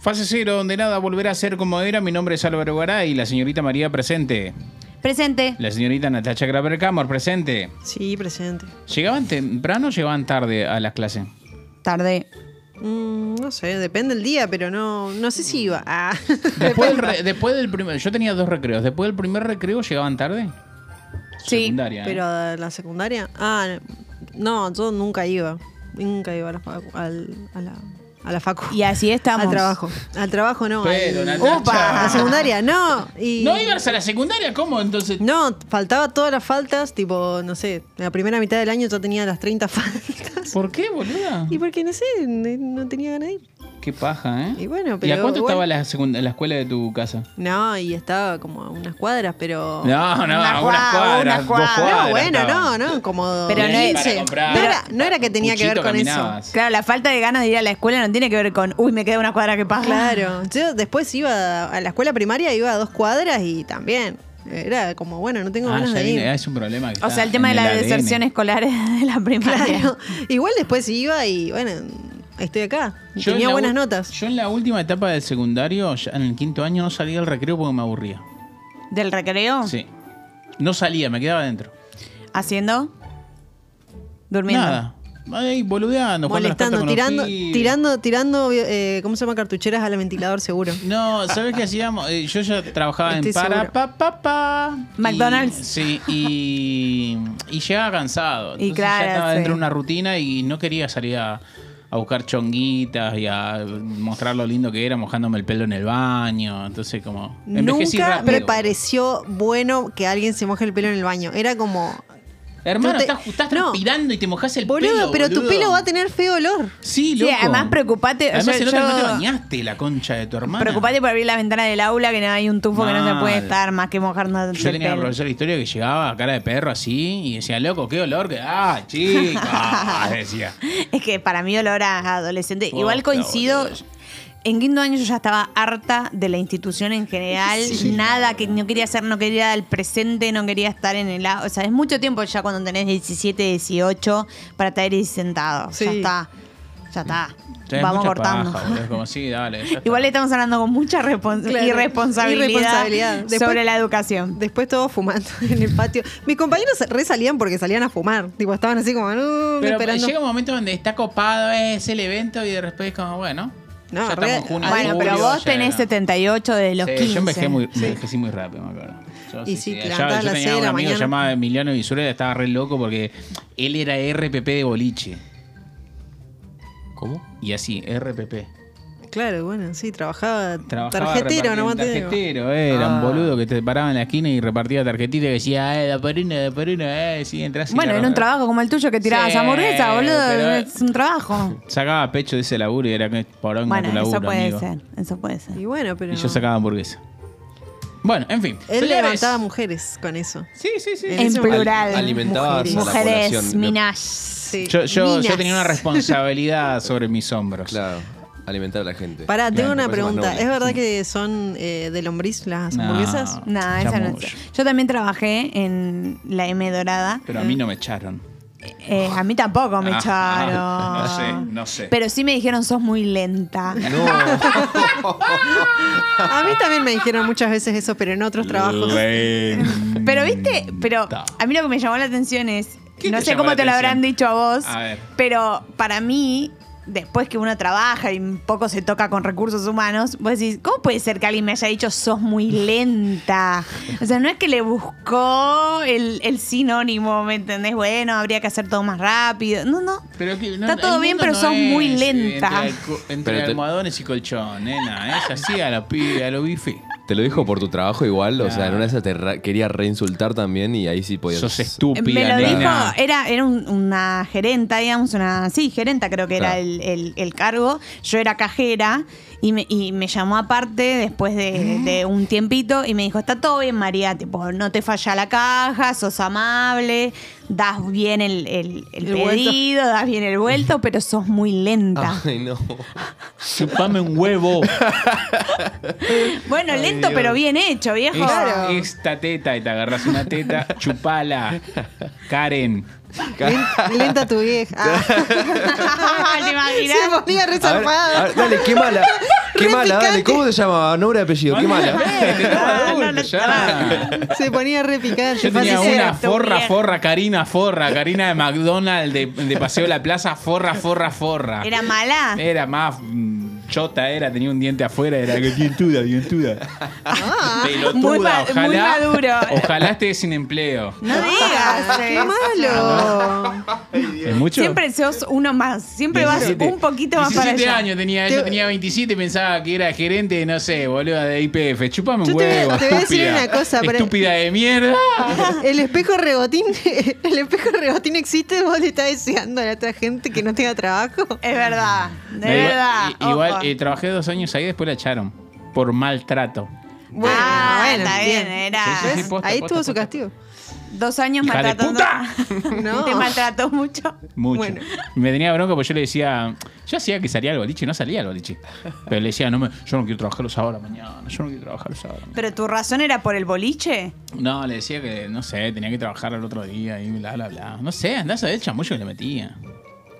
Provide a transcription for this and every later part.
Fase cero, donde nada volverá a ser como era. Mi nombre es Álvaro Garay, la señorita María presente. Presente. La señorita Natacha Graber Camor presente. Sí, presente. ¿Llegaban temprano o llegaban tarde a las clases? Tarde. Mm, no sé, depende el día, pero no, no sé si iba. Ah, Después, del depende. re- después del primer. Yo tenía dos recreos. Después del primer recreo llegaban tarde. Sí, Secundaria, ¿eh? Pero a la secundaria. Ah, no, yo nunca iba. Nunca iba a la facu. al- a, la, a la facu. Y así estamos. Al trabajo. Al trabajo no. Pero, al- Natacha. Upa, a la secundaria no. Y, ¿No ibas a la secundaria? ¿Cómo? Entonces. No, faltaba todas las faltas. Tipo, no sé, la primera mitad del año yo tenía las 30 faltas. ¿Por qué, boluda? Y porque, no sé, n- no tenía ganas de ir. Qué paja, ¿eh? Y bueno, ¿Y a pero cuánto igual- estaba la, secund- la escuela de tu casa? No, y estaba como a unas cuadras, pero... No, no, Una a unas cuadra, cuadras, una dos cuadra. No, cuadras No, bueno, estaba. no, no, como... Pero Y no ahí es- para sí. comprar, No era, no era que tenía que ver puchito con caminabas. eso. Claro, la falta de ganas de ir a la escuela no tiene que ver con, uy, me queda una cuadra que pasa. Claro, yo después iba a la escuela primaria, iba a dos cuadras y también. Era como, bueno, no tengo Ah, ganas ya de viene, ir. es un problema. que O está sea, el tema de Ah, en la ADN. deserción escolar de la primaria. Claro. Igual después iba y, bueno, estoy acá. Yo en tenía la buenas ul- notas. Yo en la última etapa del secundario, ya en el quinto año, no salía al recreo porque me aburría. ¿Del Ah. recreo? Sí. No salía, me quedaba adentro. ¿Haciendo? ¿Durmiendo? Nada. Ahí boludeando, jugando a las cartas molestando, con los tirando, pibes. tirando, tirando, eh, ¿cómo se llama? Cartucheras al ventilador seguro. No, ¿sabes qué hacíamos? Eh, yo ya trabajaba en Estoy para, segura. pa, pa, pa. Y- McDonald's. sí, y, y llegaba cansado. Y Entonces claro, ya estaba sí. dentro de una rutina y no quería salir a, a buscar chonguitas y a mostrar lo lindo que era mojándome el pelo en el baño. Entonces, como. envejecí Nunca rápido. me pareció bueno que alguien se moje el pelo en el baño. Era como, Hermano, No te- estás, estás no. transpirando y te mojas el boludo, pelo. pero tu boludo. pelo va a tener feo olor. Sí, Sí, loco. además preocupate, Además, yo- el otro yo- no te bañaste, la concha de tu hermana. Preocupate por abrir la ventana del aula que no hay un tufo que no se puede Mal. estar más que mojarnos Yo el tenía que pelo. profesor de historia que llegaba a cara de perro así y decía, loco, qué olor que. ¡Ah, chica! decía. Es que para mí olor a adolescente. Posta, Igual coincido. boludo. En quinto año yo ya estaba harta de la institución en general. Nada que no quería hacer, no quería el presente, no quería estar en el. a- O sea, es mucho tiempo ya cuando tenés 17, 18 para estar ahí sentado. Ya Sí. está. Ya está. Ya es Vamos mucha cortando. paja, boludo, es como, sí, dale. ya está". Igual estamos hablando con mucha respons- Claro, irresponsabilidad, irresponsabilidad. Después- sobre la educación. Después todos fumando en el patio. Mis compañeros re salían porque salían a fumar. Tipo, estaban así como, no, Pero esperando. llega un momento donde está copado, es el evento y de después es como, bueno. No, ya re- estamos junio, Bueno, pero julio, vos ya tenés era. 78 de los Sí, 15. Yo envejé muy, envejecí muy rápido, me acuerdo. Yo, Y sí, te Yo, levantás a yo las tenía seis de un la amigo mañana. llamado Emiliano Visurera, estaba re loco porque él era RPP de boliche. ¿Cómo? Y así, RPP. Claro, bueno, sí, trabajaba, Trabajaba tarjetero, no repartiendo- Tarjetero, eh, era un boludo que te paraba en la esquina y repartía tarjetita y decía, eh, la perina, la perina, eh, sí, entras Bueno, en un trabajo como el tuyo que tirabas Sí, hamburguesas, boludo, pero- eh, es un trabajo. Sacaba pecho de ese laburo y era que porón Bueno, tu laburo, eso puede amigo. ser, eso puede ser. Y bueno, pero. Y yo sacaba hamburguesa. Bueno, en fin. Él Señores. levantaba mujeres con eso. Sí, sí, sí. En En ese plural. Al- alimentabas a la Mujeres, población. minas. Sí. Yo, yo, yo Minas. tenía una responsabilidad sobre mis hombros. Claro, alimentar a la gente. Pará, tengo Claro, una me parece más pregunta. noble. ¿Es verdad que son eh, de lombriz las Mm. No. hamburguesas? No, esa no Chamuyo. es. Yo también trabajé en la M Dorada. Pero a mí no me echaron. Eh, a mí tampoco me Ah, echaron. no sé, no sé. Pero sí me dijeron, sos muy lenta. A mí también me dijeron muchas veces eso, pero en otros trabajos. Len- Pero viste, pero a mí lo que me llamó la atención es, ¿Qué no te sé llamó cómo la te lo atención? habrán dicho a vos, A ver. pero para mí, después que uno trabaja y un poco se toca con recursos humanos, vos decís, ¿cómo puede ser que alguien me haya dicho sos muy lenta? O sea, no es que le buscó el, el sinónimo, ¿me entendés? Bueno, habría que hacer todo más rápido. No, no. Pero que- no, Está el todo bien, mundo pero no sos es eh, muy lenta. Entre, alco- entre Pero te- almohadones y colchón, nena. ¿eh? Es así a la pibe, a lo bife. Te lo dijo por tu trabajo igual, o sea, en Claro. una de esas te ra- quería reinsultar también y ahí sí podías. Sos Me estúpida, lo nena. dijo, era, era un- una gerenta, digamos, una. Sí, gerenta creo que era Claro. el, el- el cargo. Yo era cajera y me, y me llamó aparte después de, Ah. de un tiempito y me dijo: Está todo bien, María, tipo, no te falla la caja, sos amable, das bien el, el- el El vuelto. pedido, das bien el vuelto, pero sos muy lenta. Ah. Ay, no. Chupame un huevo. bueno, lento, pero bien hecho, viejo. Esta, esta teta, y te agarras una teta, chupala. Karen. Lenta, lenta tu vieja. Ah. ¿Te imaginas? Se ponía re A ver, zarpada. a ver, dale, quémala. qué mala, dale, ¿cómo te llamaba? Nombre y apellido, qué mala. Ah, no, no, ya. Se ponía re picante. Yo tenía Parece- una tu forra, vieja. forra, Karina, forra, Karina de McDonald's de, de Paseo de la Plaza, forra, forra, forra. ¿Era mala? Era más mm, chota, era, tenía un diente afuera, era que dientuda, dientuda. Pelotuda, muy ma- ojalá. muy maduro. Ojalá esté sin empleo. No digas. ¡Qué eh. malo! ¿Es mucho? Siempre sos uno más. Siempre vas 17. un poquito más para 17 allá. años tenía, Te- yo tenía 27 y pensaba que era gerente, de, no sé, boludo, de IPF. Chupame un Yo te voy- huevo. te voy a decir estúpida. una cosa, pero- Estúpida de mierda. El espejo rebotín, el espejo rebotín existe, vos le estás deseando a la otra gente que no tenga trabajo. Es verdad. De Da igual- verdad. i- Igual, ojo. eh, trabajé dos años ahí, después la echaron. Por maltrato. Bueno, ah, bueno, está bien, bien. era. Sí, sí, sí, posta, Ahí posta, tuvo su posta. castigo. Dos años ¡Hija de maltratando. No. Te maltrató mucho. Mucho. Bueno. Me tenía bronca porque yo le decía, yo hacía que salía al boliche y no salía al boliche. Pero le decía, no me, yo no quiero trabajar los sábados a la mañana, yo no quiero trabajar los sábados. a la mañana. ¿Pero tu razón era por el boliche? No, le decía que, no sé, tenía que trabajar al otro día y bla, bla, bla. No sé, andás a ver el chamuyo que le metía.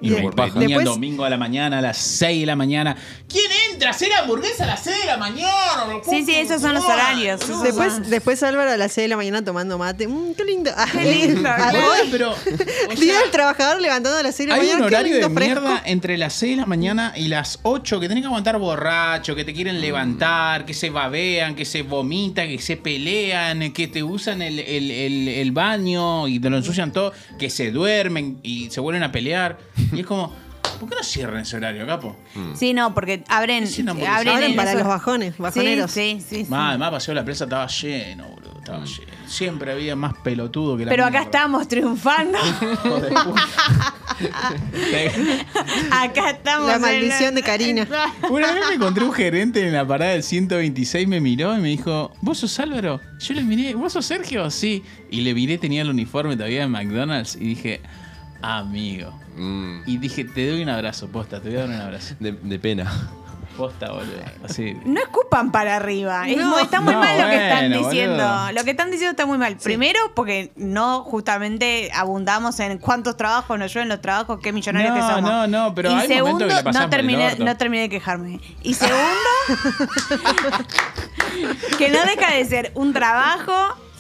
Y Y me por ponía paja. el Después- domingo a la mañana, a las 6 de la mañana. ¿Quién entra a hacer hamburguesa a las 6 de la mañana? Lo Sí, sí, esos son los horarios. Después, después Álvaro a las 6 de la mañana tomando mate. Mm, qué lindo. Ah, Qué lindo, ah, Bueno, claro. hoy, pero, o Día sea, del trabajador levantando a las 6 de la Hay mañana. un qué horario de lindo, fresco. mierda entre las 6 de la mañana y las 8 que tenés que aguantar borracho, que te quieren Mm. levantar, que se babean, que se vomitan, que se pelean, que te usan el, el- el- el baño y te lo ensucian todo, que se duermen y se vuelven a pelear. Y es como, ¿por qué no cierran ese horario, capo? Sí, no, porque abren. Es una hamburguesa. abren Abren en para esos- los bajones, bajoneros. Sí, sí, sí, sí. Más, además, paseo de la plaza estaba lleno, boludo. Estaba lleno. Siempre había más pelotudo que la Pero acá mierda. estamos triunfando. Hijo de puta. acá estamos. La en- maldición de Karina. Una vez me encontré un gerente en la parada del 126, me miró y me dijo, ¿vos sos Álvaro? Yo le miré, ¿vos sos Sergio? Sí. Y le miré, tenía el uniforme todavía de McDonald's y dije, amigo. Mm, Y dije, te doy un abrazo, posta, te voy a dar un abrazo. de, de pena. Posta, boludo. Así. No escupan para arriba. Es No. muy- está muy No, mal lo que están bueno, diciendo. boludo. Lo que están diciendo está muy mal. Primero, porque no justamente abundamos en cuántos trabajos nos llueven los trabajos, qué millonarios No, que somos. no, no, pero y hay momentos segundo, que la pasás no por el terminé, orto. no terminé de quejarme. Y segundo, que no deja de ser un trabajo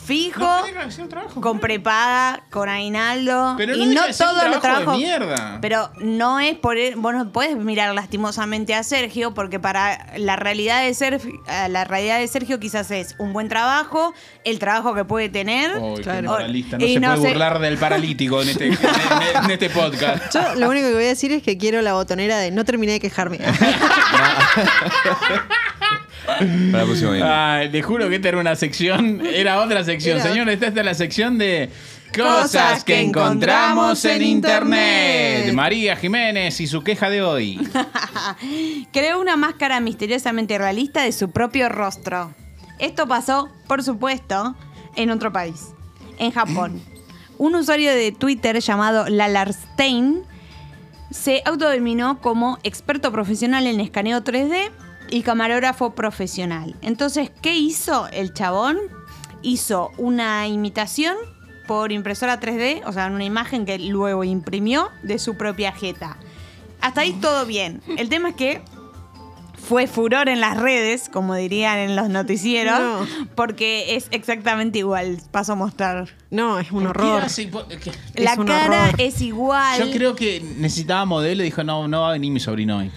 fijo, No, tenés que hacer un trabajo, con prepaga, con aguinaldo. Pero y no no deja de ser un todos los trabajo trabajos. de mierda. Pero no es por. e- Vos no podés mirar lastimosamente a Sergio, porque para la realidad de Sergio, la realidad de Sergio quizás es un buen trabajo, el trabajo que puede tener. Uy, qué Claro. moralista, No Y se no puede sé- burlar del paralítico en este, en- en- en este podcast. Yo lo único que voy a decir es que quiero la botonera de no terminé de quejarme. Para la próxima vez. Ay, Ah, te juro que esta era una sección, era otra sección. Era Señores, esta es la sección de Cosas cosas que que encontramos encontramos en en internet. Internet. María Jiménez y su queja de hoy. Creó una máscara misteriosamente realista de su propio rostro. Esto pasó, por supuesto, en otro país, en Japón. Un usuario de Twitter llamado Lalarstein se autodominó como experto profesional en escaneo 3D y camarógrafo profesional. Entonces, ¿qué hizo el chabón? Hizo una imitación por impresora 3D, o sea, una imagen que luego imprimió de su propia jeta. Hasta ahí todo bien. El tema es que fue furor en las redes, como dirían en los noticieros, No. porque es exactamente igual. Paso a mostrar. No, es un horror. Mira, sí, po- es que- Es La un cara horror. es igual. Yo creo que necesitaba modelo y dijo, no, no va a venir mi sobrino hoy.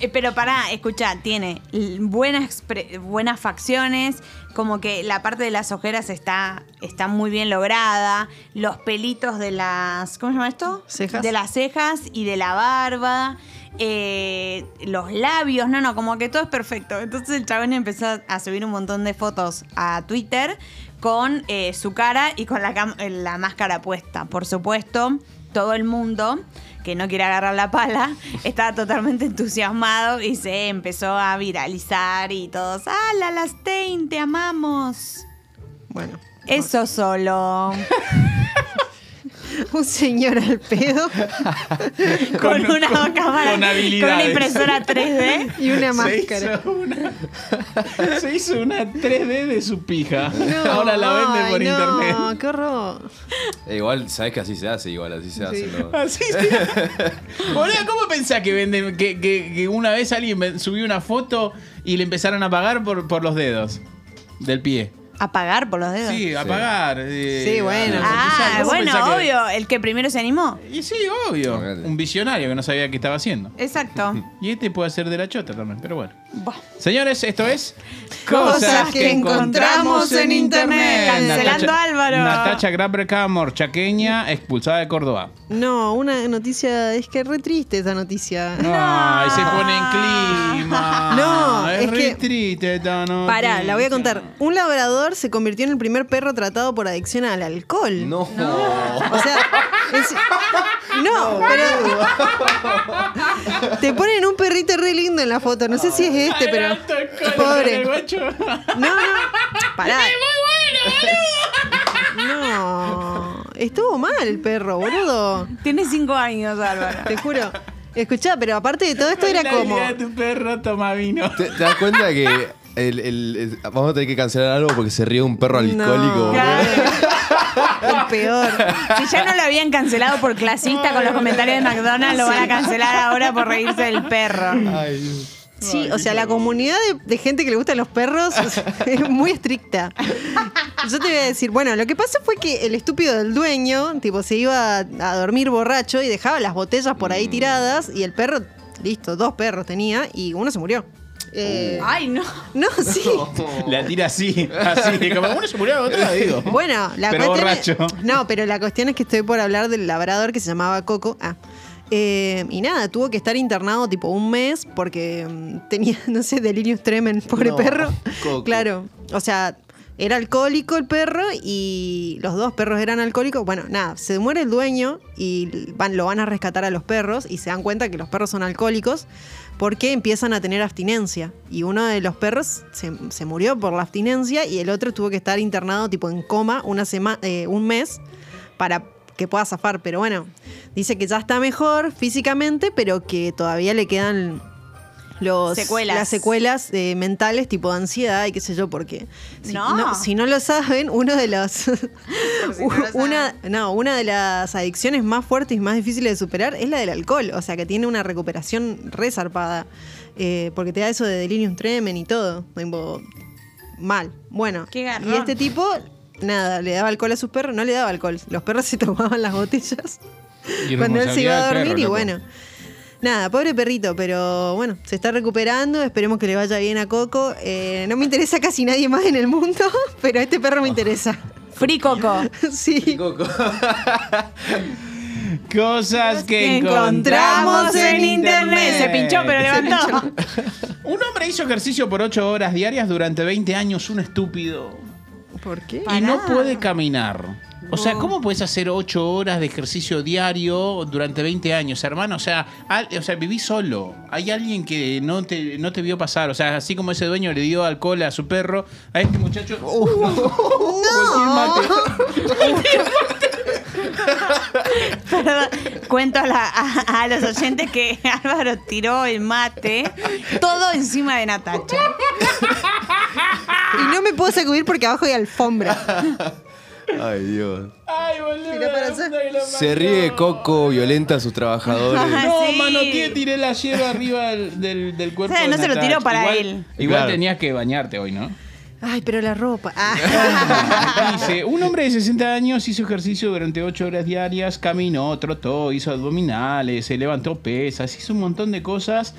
Eh, Pero pará, escucha, tiene l- buenas, expre- buenas facciones, como que la parte de las ojeras está, está muy bien lograda, los pelitos de las, ¿cómo se llama esto? Cejas. De las cejas y de la barba, eh, los labios, no, no, como que todo es perfecto. Entonces el chabón empezó a subir un montón de fotos a Twitter con eh, su cara y con la, cam- eh, la máscara puesta, por supuesto. Todo el mundo que no quiere agarrar la pala, estaba totalmente entusiasmado y se empezó a viralizar y todos, ¡ah, Lala Stein, te amamos! Bueno. Eso solo. Un señor al pedo con, Con- una con- cámara, con con una habilidades. impresora 3D. y una Se máscara. hizo una, se hizo una 3D de su pija. No, Ahora la vende ay, por no, internet. qué horror. Eh, igual, sabes que así se hace, igual, así se hace. ¿no? Así se- Ah, Boludo, ¿cómo pensás que venden que, que- que una vez alguien ven- subió una foto y le empezaron a pagar por, por los dedos del pie? Apagar por los dedos. Sí, a pagar. eh, Sí, bueno. a- Ah, ¿cómo bueno, pensás que- obvio. El que primero se animó. Y sí, obvio. Obviamente. Un visionario que no sabía qué estaba haciendo. Exacto. Y este puede ser de la chota también, pero bueno. Buah. Señores, esto es Cosas que encontramos en Internet. Cancelando Natacha- a Álvaro. Natacha Grabrecamor, chaqueña, expulsada de Córdoba. No, una noticia, es que es re triste esa noticia. Ay, se pone en clima. No, es, es re que- triste esta noticia. Pará, la voy a contar. Un labrador se convirtió en el primer perro tratado por adicción al alcohol. No. O sea, es- no, pero te ponen un perrito re lindo en la foto. No sé si es este, pero Adelanto el colo con el pobre. guacho. No, no. Pará. No, estuvo mal el perro, boludo. Tiene cinco años, Álvaro. Te juro. Escuchá, pero aparte de todo esto era La como. idea de tu perro toma vino. ¿Te, te das cuenta que el- el- el- vamos a tener que cancelar algo porque se rió un perro alcohólico? No. boludo? El peor. Si ya no lo habían cancelado por clasista con los comentarios de McDonald's, lo van a cancelar ahora por reírse del perro. Sí, o sea, la comunidad de, de gente que le gustan los perros es muy estricta. Yo te voy a decir, bueno, lo que pasó fue que el estúpido del dueño, tipo, se iba a, a dormir borracho y dejaba las botellas por Mm. ahí tiradas y el perro, listo, dos perros tenía y uno se murió. Eh, Ay, no. Uh. no, sí. La tira así, así. Como uno se murió, otro la digo. Bueno, la Pero cuestión borracho. Es, no, pero la cuestión es que estoy por hablar del labrador que se llamaba Coco. Ah. Eh, y nada, tuvo que estar internado tipo un mes porque mm, tenía, no sé, delirios tremen, pobre No, perro. Coco. Claro, o sea, era alcohólico el perro y los dos perros eran alcohólicos. Bueno, nada, se muere el dueño y van, lo van a rescatar a los perros y se dan cuenta que los perros son alcohólicos porque empiezan a tener abstinencia. Y uno de los perros se, se murió por la abstinencia y el otro tuvo que estar internado tipo en coma una sema- eh, un mes para que pueda zafar. Pero bueno, dice que ya está mejor físicamente, pero que todavía le quedan los, Secuelas. las secuelas eh, mentales tipo de ansiedad y qué sé yo, porque si No. no, si no lo saben, uno de los si no lo saben. una, no, una de las adicciones más fuertes y más difíciles de superar es la del alcohol, o sea que tiene una recuperación re zarpada, eh, porque te da eso de delirium tremen y todo, tipo, mal. Bueno, Qué garrón. y este tipo, nada, le daba alcohol a sus perros, no le daba alcohol, los perros se tomaban las botellas cuando él se iba a dormir y bueno. Nada, pobre perrito, pero bueno, se está recuperando, esperemos que le vaya bien a Coco. Eh, no me interesa casi nadie más en el mundo, pero este Ah. perro me interesa. Free Coco. Sí. Coco. Cosas que que encontramos en internet. Se pinchó, pero levantó. Un hombre hizo ejercicio por 8 horas diarias durante 20 años, un estúpido. ¿Por qué? Pará. Y no puede caminar. O sea, ¿cómo puedes hacer 8 horas de ejercicio diario durante 20 años, hermano? O sea, al- o sea viví solo. Hay alguien que no te, no te vio pasar. O sea, así como ese dueño le dio alcohol a su perro, a este muchacho. Perdón, Cuento a, la- a- a los oyentes que Álvaro tiró el mate todo encima de Natacha. Y no me puedo sacudir porque abajo hay alfombra. Ay, Dios. Ay, boludo. Mira para la puta que lo Se parió. ríe Coco, violenta a sus trabajadores. No, Ah, Sí. mano, te tiré la lleva arriba del, del, del cuerpo. O sea, de no se lo Natacha. tiró para Igual- él. Igual Claro. tenías que bañarte hoy, ¿no? Ay, pero la ropa. Ah. Dice, un hombre de 60 años hizo ejercicio durante 8 horas diarias, caminó, trotó, hizo abdominales, se levantó pesas, hizo un montón de cosas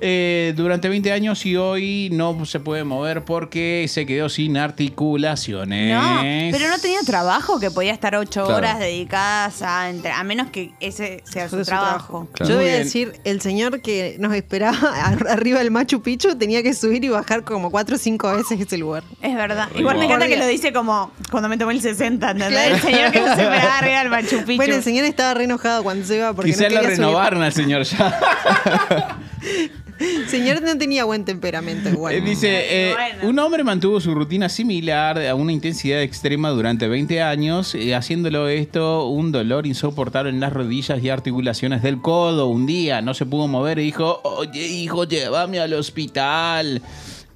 eh, durante 20 años y hoy no se puede mover porque se quedó sin articulaciones. No, pero no tenía trabajo que podía estar ocho Claro. horas dedicadas a entre- a menos que ese sea su De su trabajo. Claro. Yo Muy voy a bien. decir, el señor que nos esperaba ar- arriba del Machu Picchu tenía que subir y bajar como cuatro o cinco veces ese lugar. Es verdad. Rico. Igual me encanta que Por lo Dios. dice como cuando me tomé el 60, ¿entendés? Claro. El señor que no se me da arriba al Machu Picchu. Bueno, el señor estaba re enojado cuando se iba porque Quizás no lo quería subir. renovaron al señor ya. El señor no tenía buen temperamento igual. Eh, dice, eh, Bueno. un hombre mantuvo su rutina similar a una intensidad extrema durante 20 años, eh, haciéndolo esto un dolor insoportable en las rodillas y articulaciones del codo. Un día no se pudo mover y dijo, oye hijo, llévame al hospital.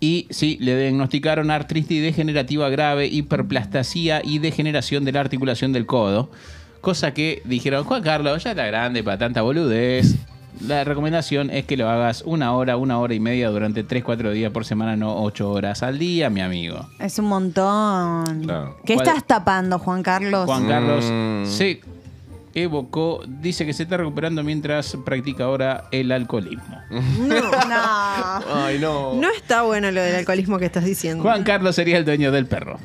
Y sí, le diagnosticaron artritis degenerativa grave, hiperplastasia y degeneración de la articulación del codo. Cosa que dijeron, Juan Carlos, ya está grande para tanta boludez. La recomendación es que lo hagas una hora, una hora y media durante 3-4 días por semana, no 8 horas al día, mi amigo. Es un montón. Claro. ¿Qué ¿Cuál- estás tapando, Juan Carlos? Juan Carlos Mm. se evocó, dice que se está recuperando mientras practica ahora el alcoholismo. Mm. No. Ay, no. No está bueno lo del alcoholismo que estás diciendo. Juan Carlos sería el dueño del perro.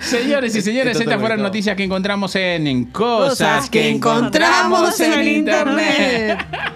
señores y señores, Esto está estas fueron marcado. noticias que encontramos en Cosas que que encontramos en Internet.